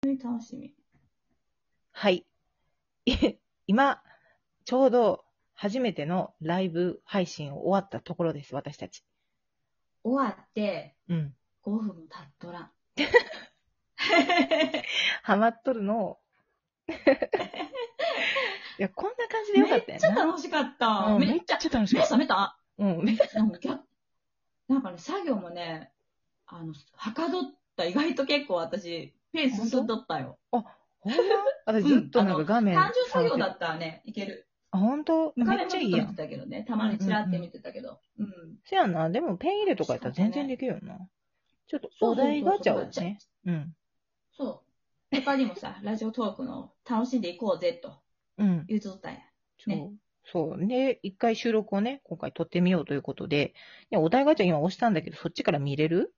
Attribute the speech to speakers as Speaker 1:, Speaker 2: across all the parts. Speaker 1: 当に楽しみ。
Speaker 2: はい。今、ちょうど初めてのライブ配信を終わったところです、私たち。
Speaker 1: 終わって
Speaker 2: うん。
Speaker 1: 5分も経っとらん。
Speaker 2: ハマっと るの。いや、こんな感じでよか
Speaker 1: め
Speaker 2: っ
Speaker 1: った
Speaker 2: よ
Speaker 1: ちゃ
Speaker 2: な。
Speaker 1: 楽しかった。
Speaker 2: うん
Speaker 1: めっちゃ、
Speaker 2: 楽し
Speaker 1: 目
Speaker 2: かった。
Speaker 1: 覚めた。
Speaker 2: うん、め
Speaker 1: なんか逆なんかね、作業もね、あの、はかどった。意外と結構私、ペース進んどったよ。
Speaker 2: ほんま私ずっとなんか画面。
Speaker 1: 単純作業だったらね、いける。
Speaker 2: あ、ほんとめっちゃいい
Speaker 1: 見
Speaker 2: やん。
Speaker 1: てたけどね、たまにチラって見てたけど。うん
Speaker 2: せやな、でもペン入れとかやったら全然できるよな。ちょっとお題ガチャをね。うん。
Speaker 1: そう。他にもさ、ラジオトークの楽しんでいこうぜと
Speaker 2: うん。
Speaker 1: 言うとったんや。
Speaker 2: そう。
Speaker 1: ね
Speaker 2: そう。で、一回収録をね、今回撮ってみようということで、でお題ガチャ今押したんだけど、そっちから見れる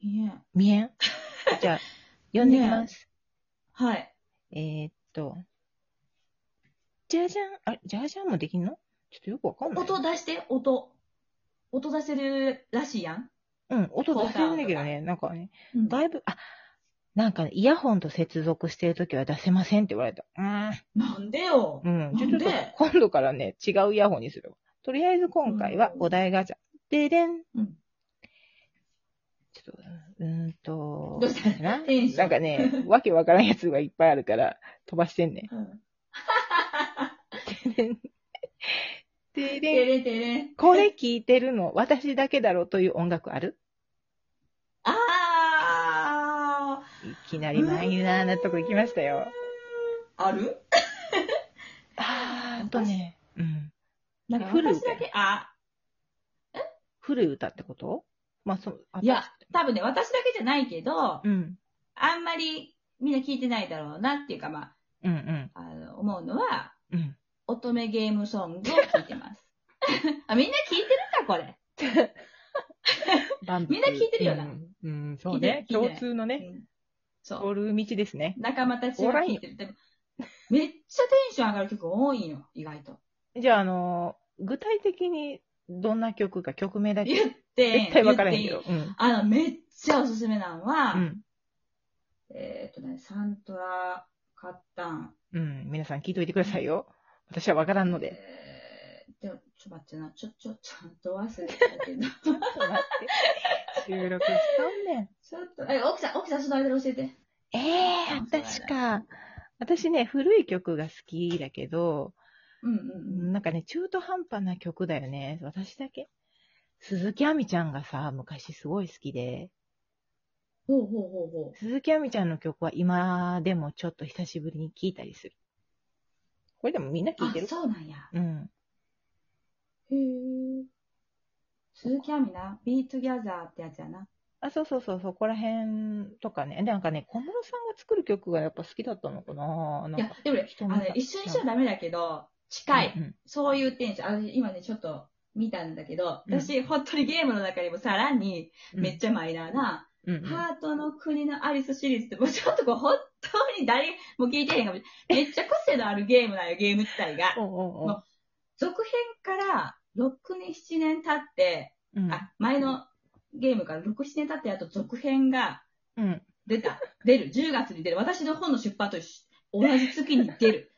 Speaker 1: いや。
Speaker 2: 見えんじゃあ、読んでみます。
Speaker 1: はい。
Speaker 2: えーっと、じゃじゃん、あれ、じゃじゃんもできんのちょっとよくわかんない。
Speaker 1: 音出して、音。音出せるらしいやん。
Speaker 2: うん、音出せるんだけどね、なんかね、
Speaker 1: うん
Speaker 2: だいぶ、あ、なんかね、イヤホンと接続してるときは出せませんって言われた。うーん。
Speaker 1: なんでよ。
Speaker 2: うん。
Speaker 1: なん
Speaker 2: ちょっ
Speaker 1: で
Speaker 2: と今度からね、違うイヤホンにするわ。とりあえず今回はお題ガチャ。ででん。
Speaker 1: うん
Speaker 2: ちょっと、うーんと
Speaker 1: どうし、た
Speaker 2: な
Speaker 1: テンション
Speaker 2: なんかね、わけわからんやつがいっぱいあるから、飛ばしてんね。
Speaker 1: うん。
Speaker 2: ででん。で
Speaker 1: て
Speaker 2: でん。
Speaker 1: れてれ。
Speaker 2: これ聞いてるの、私だけだろという音楽ある
Speaker 1: あー。
Speaker 2: いきなりマイナーなとこ行きましたよ。
Speaker 1: ある
Speaker 2: あーあとね、うん。
Speaker 1: なんか
Speaker 2: フル
Speaker 1: 私だけ、あ、
Speaker 2: 古い歌ってことまあ、そう、あ
Speaker 1: いや、多分ね、私だけじゃないけど、
Speaker 2: うん。
Speaker 1: あんまりみんな聞いてないだろうなっていうか、ま
Speaker 2: うんうん。
Speaker 1: あ、あの思うのは、
Speaker 2: うん。
Speaker 1: 乙女ゲームソングを聞いてます。 あ、みんな聞いてるか、これ。
Speaker 2: バン
Speaker 1: みんな聞いてるよな
Speaker 2: うん、うんそうね。
Speaker 1: 聞いてない
Speaker 2: 共通のね、
Speaker 1: うん
Speaker 2: 通
Speaker 1: そう。
Speaker 2: る道ですね。
Speaker 1: 仲間たちが聞いてる。でも、めっちゃテンション上がる曲多いよ、意外と。
Speaker 2: じゃあ、あのー具体的にどんな曲か曲名だけ
Speaker 1: 言って、
Speaker 2: 絶対分からへんけ
Speaker 1: 言
Speaker 2: ど
Speaker 1: って。
Speaker 2: うん。
Speaker 1: あの、めっちゃおすすめなのは、
Speaker 2: うん。
Speaker 1: えーっとね、サントラ買ったん。
Speaker 2: うん。皆さん聞いといてくださいよ。私は分からん ので。
Speaker 1: えー、でも、ちょ、待ってな、ちょ、ちょ、ちゃんと忘れてたけど。
Speaker 2: ちょっと待って。収録しとんねん。
Speaker 1: ちょっと、え、奥さん、奥さん、ちょっと間教えて。
Speaker 2: ええ私か。私ね、古い曲が好きだけど、
Speaker 1: うんうんうん。
Speaker 2: なんかね、中途半端な曲だよね。私だけ。鈴木亜美ちゃんがさ、昔すごい好きで、
Speaker 1: ほうほうほうほう。
Speaker 2: 鈴木亜美ちゃんの曲は今でもちょっと久しぶりに聴いたりする。これでもみんな聴いて
Speaker 1: あ、
Speaker 2: る
Speaker 1: そうなんや。
Speaker 2: うん。
Speaker 1: へえ。鈴木亜美な、ビートギャザーってやつやな。
Speaker 2: あ、そうそうそう、そこら辺とかね。なんかね、小室さんが作る曲がやっぱ好きだったのかななん
Speaker 1: いや
Speaker 2: か、
Speaker 1: でもね、
Speaker 2: 人
Speaker 1: あ
Speaker 2: の
Speaker 1: のね、一緒にしちゃダメだけど、近い。
Speaker 2: うん
Speaker 1: そういうテンション。あの今ね、ちょっと見たんだけど、
Speaker 2: うん
Speaker 1: 私、本当にゲームの中にもさらに、
Speaker 2: うん。
Speaker 1: めっちゃマイナーな、
Speaker 2: うんうん
Speaker 1: ハートの国のアリスシリーズって、もうちょっとこう、本当に誰 も聞いてへんかもしれない。めっちゃ癖のあるゲームなんよ、ゲーム自体が。
Speaker 2: おうおうおう
Speaker 1: 続編から6年、7年経って、
Speaker 2: うん
Speaker 1: あ、前のゲームから6、7年経って、あと続編が
Speaker 2: うん。
Speaker 1: 出た。 出る。10月に出る。私の本の出版と一緒同じ月に出 る。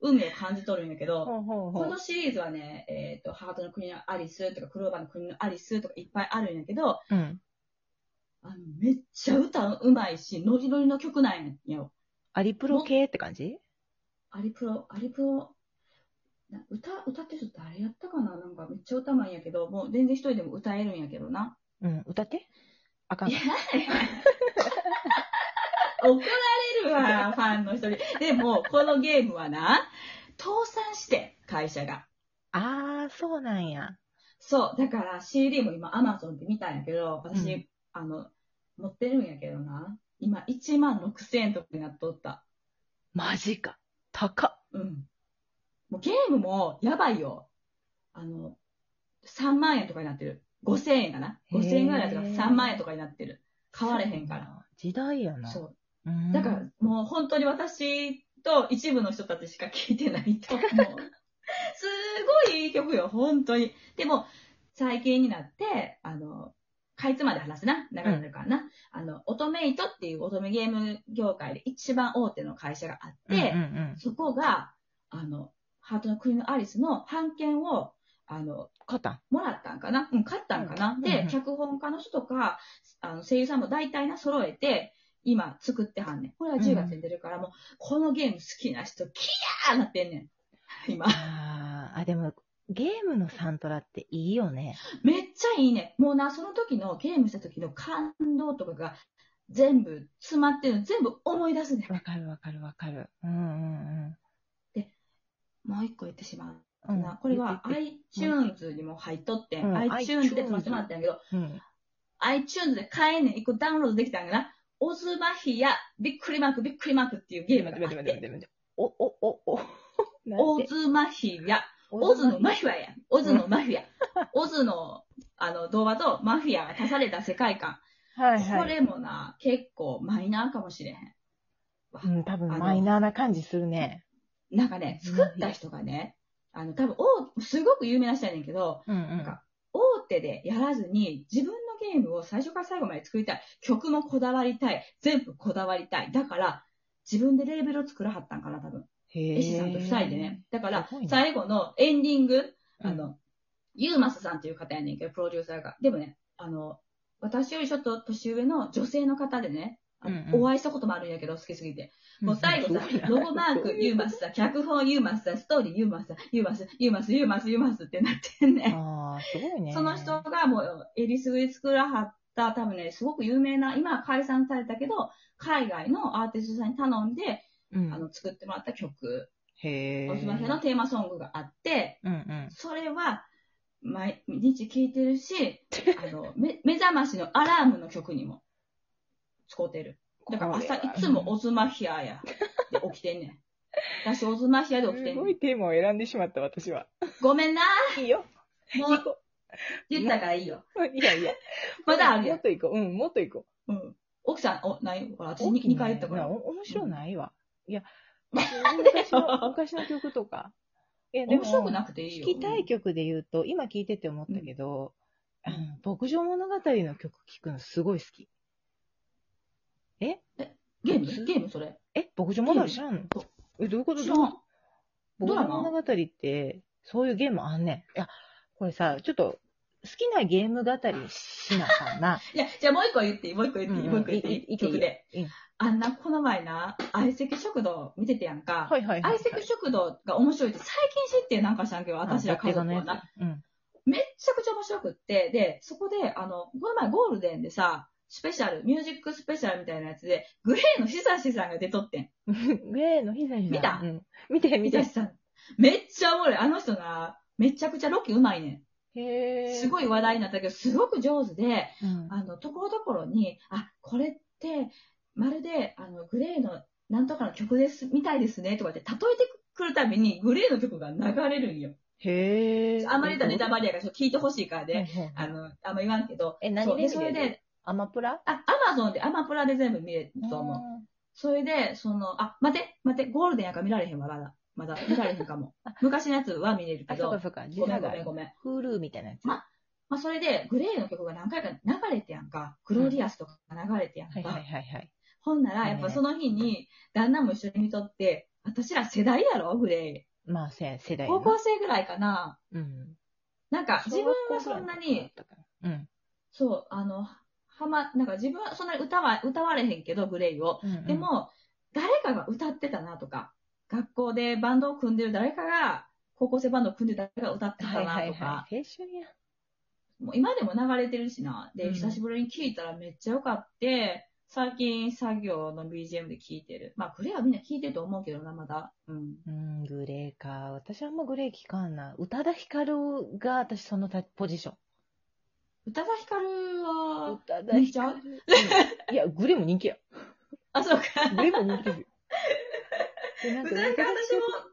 Speaker 1: 運命を感じとるんやけど、
Speaker 2: ほうほうほ
Speaker 1: こ
Speaker 2: う
Speaker 1: のシリーズはね、えっ、と、ハートの国のアリスとか、クローバーの国のアリスとかいっぱいあるんやけど、
Speaker 2: うん。
Speaker 1: あのめっちゃ歌うまいし、ノリノリの曲なんやよ。
Speaker 2: アリプロ系って感じ
Speaker 1: アリプロ、アリプロ、な歌、歌ってる人誰やったかななんかめっちゃ歌うまいんやけど、もう全然一人でも歌えるんやけどな。
Speaker 2: うん。歌ってあかん
Speaker 1: い
Speaker 2: か
Speaker 1: や。怒られるわ、ファンの人に。でも、このゲームはな、倒産して、会社が。
Speaker 2: あー、そうなんや。
Speaker 1: そう、だから CD も今 Amazon で見たんやけど、私、
Speaker 2: うん
Speaker 1: あの、持ってるんやけどな。今、1万6000円とかになっとった。
Speaker 2: マジか。高っ。
Speaker 1: うん。もうゲームもやばいよ。あの、3万円とかになってる。5000円かな。
Speaker 2: へー
Speaker 1: 5000円ぐらいのやつが3万円とかになってる。買われへんから。
Speaker 2: ら。時代やな。
Speaker 1: そう。
Speaker 2: うん
Speaker 1: だから、もう本当に私と一部の人たちしか聞いてないと 思う。すごいいい曲よ、本当に。でも、最近になって、あの、かいつまで話すな。長くなるからな。あの、オトメイトっていうオトメゲーム業界で一番大手の会社があって、
Speaker 2: うんうん、
Speaker 1: そこが、あの、ハートの国のアリスの版権を、あの、
Speaker 2: 買ったん
Speaker 1: もらったんかなうん、買ったんかな、
Speaker 2: うんうんう
Speaker 1: で
Speaker 2: ん、
Speaker 1: 脚本家の人とか、あの、声優さんも大体な、揃えて、今作ってはんねん。これは10月に出るから、もう、このゲーム好きな人、キヤーなってんねん。今。
Speaker 2: あーあ、でも、ゲームのサントラっていいよね。
Speaker 1: めっちゃいいね。もうな、その時のゲームした時の感動とかが全部詰まってるの、全部思い出すね。
Speaker 2: わかるわかるわかる。うんうん
Speaker 1: もう一個言ってしまう。
Speaker 2: うん。
Speaker 1: なこれは
Speaker 2: うん
Speaker 1: iTunes にも入っとってん。
Speaker 2: うん
Speaker 1: iTunes で買ってもらったんやけど、
Speaker 2: うん、
Speaker 1: iTunes で買えんねん。一個ダウンロードできたんやな。オズマヒやびっくりマークびっくりマークっていうゲームがあ
Speaker 2: 待って待
Speaker 1: っ
Speaker 2: って待っ
Speaker 1: て。
Speaker 2: て待って。お、お、お、お。なん
Speaker 1: オ
Speaker 2: で
Speaker 1: ズマヒや。オズのマフィアや。オズのマフィア。オズの、あの、動画とマフィアが足された世界観。
Speaker 2: はいはい。
Speaker 1: これもな、結構マイナーかもしれへん。
Speaker 2: うん、多分
Speaker 1: あの
Speaker 2: マイナーな感じするね。
Speaker 1: なんかね、作った人がね、あの、多分、おすごく有名な人やねんけど、
Speaker 2: うんう
Speaker 1: なんか大手でやらずに、自分のゲームを最初から最後まで作りたい。曲もこだわりたい。全部こだわりたい。だから、自分でレーベルを作らはったんかな、多分。
Speaker 2: へ
Speaker 1: 絵師さんと二人でね。。だから
Speaker 2: すごいね、
Speaker 1: 最後のエンディング、
Speaker 2: うん
Speaker 1: あの、ユーマスさんっていう方やねんけど、プロデューサーが。でもね、あの、私よりちょっと年上の女性の方でね、あの
Speaker 2: うんうん
Speaker 1: お会いしたこともあるんやけど、好きすぎて。もう最後さ
Speaker 2: すごい、な
Speaker 1: ロゴマーク、ユーマスさ、脚本ユーマスさ、ストーリーユーマスさ、ユーマス、ユーマス、ユーマス、ユーマスってなってんね。
Speaker 2: ああ、すごいね。
Speaker 1: その人がもう、エリスグリ作らはった、多分ね、すごく有名な、今は解散されたけど、海外のアーティストさんに頼んで、
Speaker 2: うん、
Speaker 1: あの、作ってもらった曲、
Speaker 2: へえ。
Speaker 1: オズマフィアのテーマソングがあって、
Speaker 2: うんうん。
Speaker 1: それは、毎日聴いてるし、 あの、め目覚ましのアラームの曲にも、使ってる。だから朝いつもオズマヒアや。で起きてん ねん。私オズマヒアで起きて
Speaker 2: す
Speaker 1: んね
Speaker 2: ご
Speaker 1: ん。
Speaker 2: いテーマを選んでしまった、私は。
Speaker 1: ごめんな。
Speaker 2: いいよ。
Speaker 1: も
Speaker 2: 行
Speaker 1: う
Speaker 2: こ
Speaker 1: 言ったからいいよ。
Speaker 2: う。 いやいや。
Speaker 1: まだある
Speaker 2: も
Speaker 1: や
Speaker 2: っ
Speaker 1: ん。
Speaker 2: と行こう。うん、もっと行こ
Speaker 1: うん。奥さん、お、ないほら
Speaker 2: う。
Speaker 1: 私に2回言ったか
Speaker 2: な
Speaker 1: ら。
Speaker 2: お面白ないわ。い や、昔の、昔の曲とか。いや、でも
Speaker 1: 面白くなくていい
Speaker 2: 聞
Speaker 1: よ。
Speaker 2: きたい曲で言うと、今聞いてて思ったけど、
Speaker 1: うん
Speaker 2: あの牧場物語の曲聞くのすごい好き。
Speaker 1: ゲームゲームそれ。
Speaker 2: え、牧場物語知らんの
Speaker 1: そう
Speaker 2: え、どういうこと
Speaker 1: 知らん。
Speaker 2: 牧場
Speaker 1: ドラマ
Speaker 2: 物語って、そういうゲームあんねん。いや、これさ、ちょっと、好きなゲーム語りしなあか んな。
Speaker 1: いや、じゃあもう一個言っていいもう一個言っていい、
Speaker 2: うん
Speaker 1: もう一個言ってい
Speaker 2: いい
Speaker 1: い
Speaker 2: いいいい
Speaker 1: 曲で
Speaker 2: うん。
Speaker 1: あんな、この前な、相席食堂見ててやんか。
Speaker 2: はいはいはい、はい。
Speaker 1: 相席食堂が面白いって最近知ってなんかしたんけど、私ら家族は
Speaker 2: の
Speaker 1: な。
Speaker 2: うん。
Speaker 1: めっちゃくちゃ面白くって、で、そこで、あの、この前ゴールデンでさ、スペシャル、ミュージックスペシャルみたいなやつで、グレーのヒサシさんが出とってん。
Speaker 2: グレーのひさし
Speaker 1: 見た
Speaker 2: うん、見て見
Speaker 1: ヒ
Speaker 2: て
Speaker 1: サ。シさん。めっちゃおもろい。あの人な、めちゃくちゃロケうまいねん。
Speaker 2: へー
Speaker 1: すごい話題になったけど、すごく上手で、
Speaker 2: うん
Speaker 1: あの、ところどころに、あ、これって、まるで、あの、グレーのなんとかの曲です、みたいですね、とかって、例えてくるたびに、グレーの曲が流れるんよ。
Speaker 2: へえ。
Speaker 1: あんまり言ったらネタ
Speaker 2: ば
Speaker 1: バレやから、ちょっと聞いてほしいからで、
Speaker 2: ね
Speaker 1: あの、あんま言わんけど。
Speaker 2: え、何
Speaker 1: そう
Speaker 2: で
Speaker 1: で、それで、
Speaker 2: アマプラ
Speaker 1: あ、アマゾンで、アマプラで全部見れると思う。それで、その、あ、待て、待て、ゴールデンやから見られへんわ、まだ。まだ見られへんかも。昔のやつは見れる
Speaker 2: あ、
Speaker 1: け
Speaker 2: そう
Speaker 1: ど
Speaker 2: か、そうか。時
Speaker 1: ごめ
Speaker 2: 差
Speaker 1: んご
Speaker 2: があ
Speaker 1: めん
Speaker 2: る。
Speaker 1: ごめん。
Speaker 2: Hulu みたいなやつ。
Speaker 1: ままあ、それで、グレーの曲が何回か流れてやんか。グロリアスとか流れてやんか。
Speaker 2: はいはいはいはい。
Speaker 1: ほんなら、やっぱその日に、旦那も一緒に見とって、私ら世代やろ、グレ
Speaker 2: まあ、せ世
Speaker 1: ー。
Speaker 2: 代や
Speaker 1: 高
Speaker 2: な
Speaker 1: 校生ぐらいかな。
Speaker 2: うん。
Speaker 1: なんか、自分はそんなに、
Speaker 2: うん。
Speaker 1: そう、あの、はま、なんか自分はそんなに歌は、歌われへんけど、グレイを。
Speaker 2: うん。うん
Speaker 1: で、も、誰かが歌ってたなとか、学校でバンドを組んでる誰かが、高校生バンドを組んでる誰かが歌ってた
Speaker 2: はいは
Speaker 1: なと
Speaker 2: いはい。
Speaker 1: か、
Speaker 2: 青春や。
Speaker 1: もう今でも流れてるしな。
Speaker 2: う
Speaker 1: で、
Speaker 2: ん
Speaker 1: 久しぶりに聴いたらめっちゃよかって、最近作業の BGM で聴いてる。まあ、クレアはみんな聴いてると思うけどな、まだ。うん。
Speaker 2: うん、グレーか。私はあんまグレー聞かんな。宇多田ヒカルが私そのたポジション。
Speaker 1: 宇多田ヒカルは、
Speaker 2: 多
Speaker 1: 人気ちゃう
Speaker 2: うんいや、グレーも人気や。
Speaker 1: あ、そうか。
Speaker 2: グレーも人気ですよ。でなん
Speaker 1: 宇
Speaker 2: か
Speaker 1: 多田ヒカル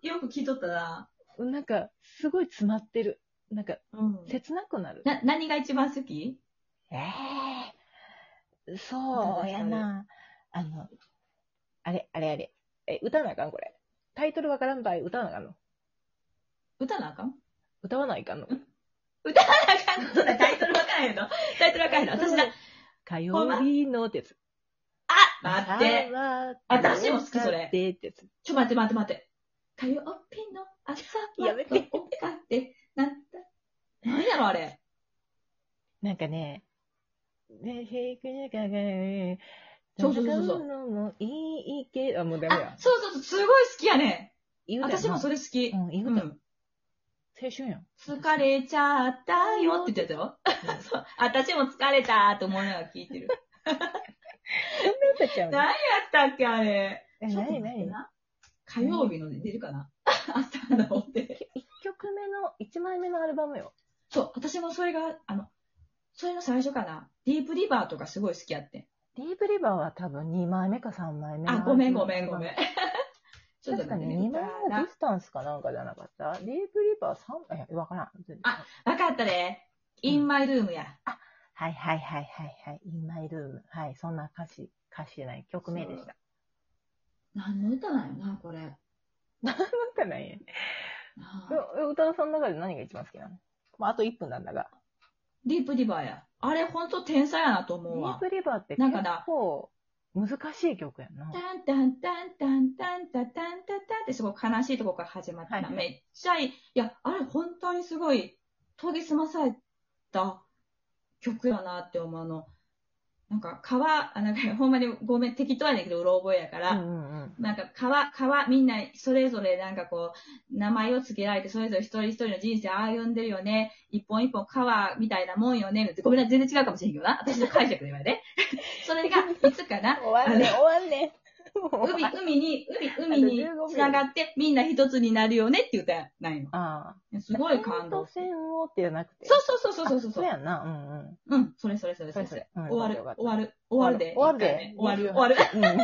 Speaker 1: 私もよく聴いとったな。
Speaker 2: なんか、すごい詰まってる。なんか、
Speaker 1: うん。
Speaker 2: 切なくなる。
Speaker 1: な、何が一番好き
Speaker 2: ええそうやな。あの、あれ、あれあれ。え、歌わなあかんこれ。タイトルわからん場合、歌わなあかんの
Speaker 1: 歌なあかん
Speaker 2: 歌わないかんの
Speaker 1: 歌なあかんことないタイトルわかからんやろ。タイトルわからんやろ。私な、
Speaker 2: 火曜日のってやつ。
Speaker 1: あ待って。私も好きそれ
Speaker 2: 待ってってやつ。
Speaker 1: ちょ、待って待って待って。火曜日の朝は
Speaker 2: やめて
Speaker 1: どこかって、なんだ。なんやろ、あれ。
Speaker 2: なんかね、ね、平均がね、
Speaker 1: そうそうそうそう
Speaker 2: 戦のもいいけど、あ、もうダメ
Speaker 1: あ
Speaker 2: だ、。
Speaker 1: そうそうそう、すごい好きやね。
Speaker 2: 言うたよな
Speaker 1: 私もそれ好き。
Speaker 2: うん、言
Speaker 1: う
Speaker 2: うたよ
Speaker 1: ん。
Speaker 2: 青春やん。
Speaker 1: 疲れちゃったよって言ってたよ。そう。私も疲れたと思いながら聞いてる。
Speaker 2: そんな歌ちゃ うの
Speaker 1: 何やったっけ、あれ。
Speaker 2: え、
Speaker 1: ちょ
Speaker 2: な
Speaker 1: っと
Speaker 2: に
Speaker 1: 待
Speaker 2: な
Speaker 1: って
Speaker 2: に
Speaker 1: な火曜日ので出るかな朝の方で。
Speaker 2: 一曲目の、一枚目のアルバムよ。
Speaker 1: そう、私もそれが、あの、それの最初かな。ディープリバーとかすごい好きやって。
Speaker 2: ディープリバーは多分2枚目か3枚目のア
Speaker 1: あ、
Speaker 2: ルバム。
Speaker 1: ごめんごめんごめん。 ちょっと
Speaker 2: 確か
Speaker 1: 待って
Speaker 2: に
Speaker 1: ね
Speaker 2: 2枚目はディスタンスかなんかじゃなかったディープリバー3枚、えわからん。
Speaker 1: あわかったで。インマイルームや。
Speaker 2: はいはいはいはいはい。In My Room。はい、そんな歌詞、歌詞じゃない曲名でした。
Speaker 1: 何の歌なんよな、これ。 な
Speaker 2: なんかない
Speaker 1: あ
Speaker 2: え歌田さんの中で何が一番好きなのまあ、あと1分なんだが。
Speaker 1: ディープリバーや。あれ、ほんと天才やなと
Speaker 2: デ
Speaker 1: 思う
Speaker 2: ィー
Speaker 1: わ
Speaker 2: プ。リバーって
Speaker 1: な
Speaker 2: 結
Speaker 1: んかな
Speaker 2: 構難しい曲やな
Speaker 1: タ。ンタンタンタンタンタンタンタンタンってすごい悲しいとこから始まった。
Speaker 2: はいはい
Speaker 1: めっちゃいい。いや、あれ、本当にすごい、研ぎ澄まされた曲やなって思うあの。なんか、川、あなんかほんまにごめん、適当やねんけど、うろ覚えやから。
Speaker 2: うんうんうん。
Speaker 1: なんか川、川、みんなそれぞれなんかこう、名前を付けられて、それぞれ一人一人の人生歩んでるよね。一本一本川みたいなもんよね。ごめんな、全然違うかもしれんけどな。私の解釈ではね。 それが、いつかな、
Speaker 2: 終わんね終わん ね
Speaker 1: 海、海に、海、海に
Speaker 2: あと15秒
Speaker 1: 繋がって、みんな一つになるよねって言ったやないの。
Speaker 2: ああ。
Speaker 1: すごい感動。
Speaker 2: 戦をってじゃなくて。
Speaker 1: そうそうそうそうそう
Speaker 2: あ
Speaker 1: そ。
Speaker 2: そううやんな。うんう
Speaker 1: う
Speaker 2: ん。
Speaker 1: ん、それそれそれそれ。
Speaker 2: それそれうん
Speaker 1: 終わ
Speaker 2: よ
Speaker 1: る
Speaker 2: かっ、た
Speaker 1: 終わる、終わるで。
Speaker 2: 終わる
Speaker 1: 終
Speaker 2: で
Speaker 1: わる、終わる。
Speaker 2: うん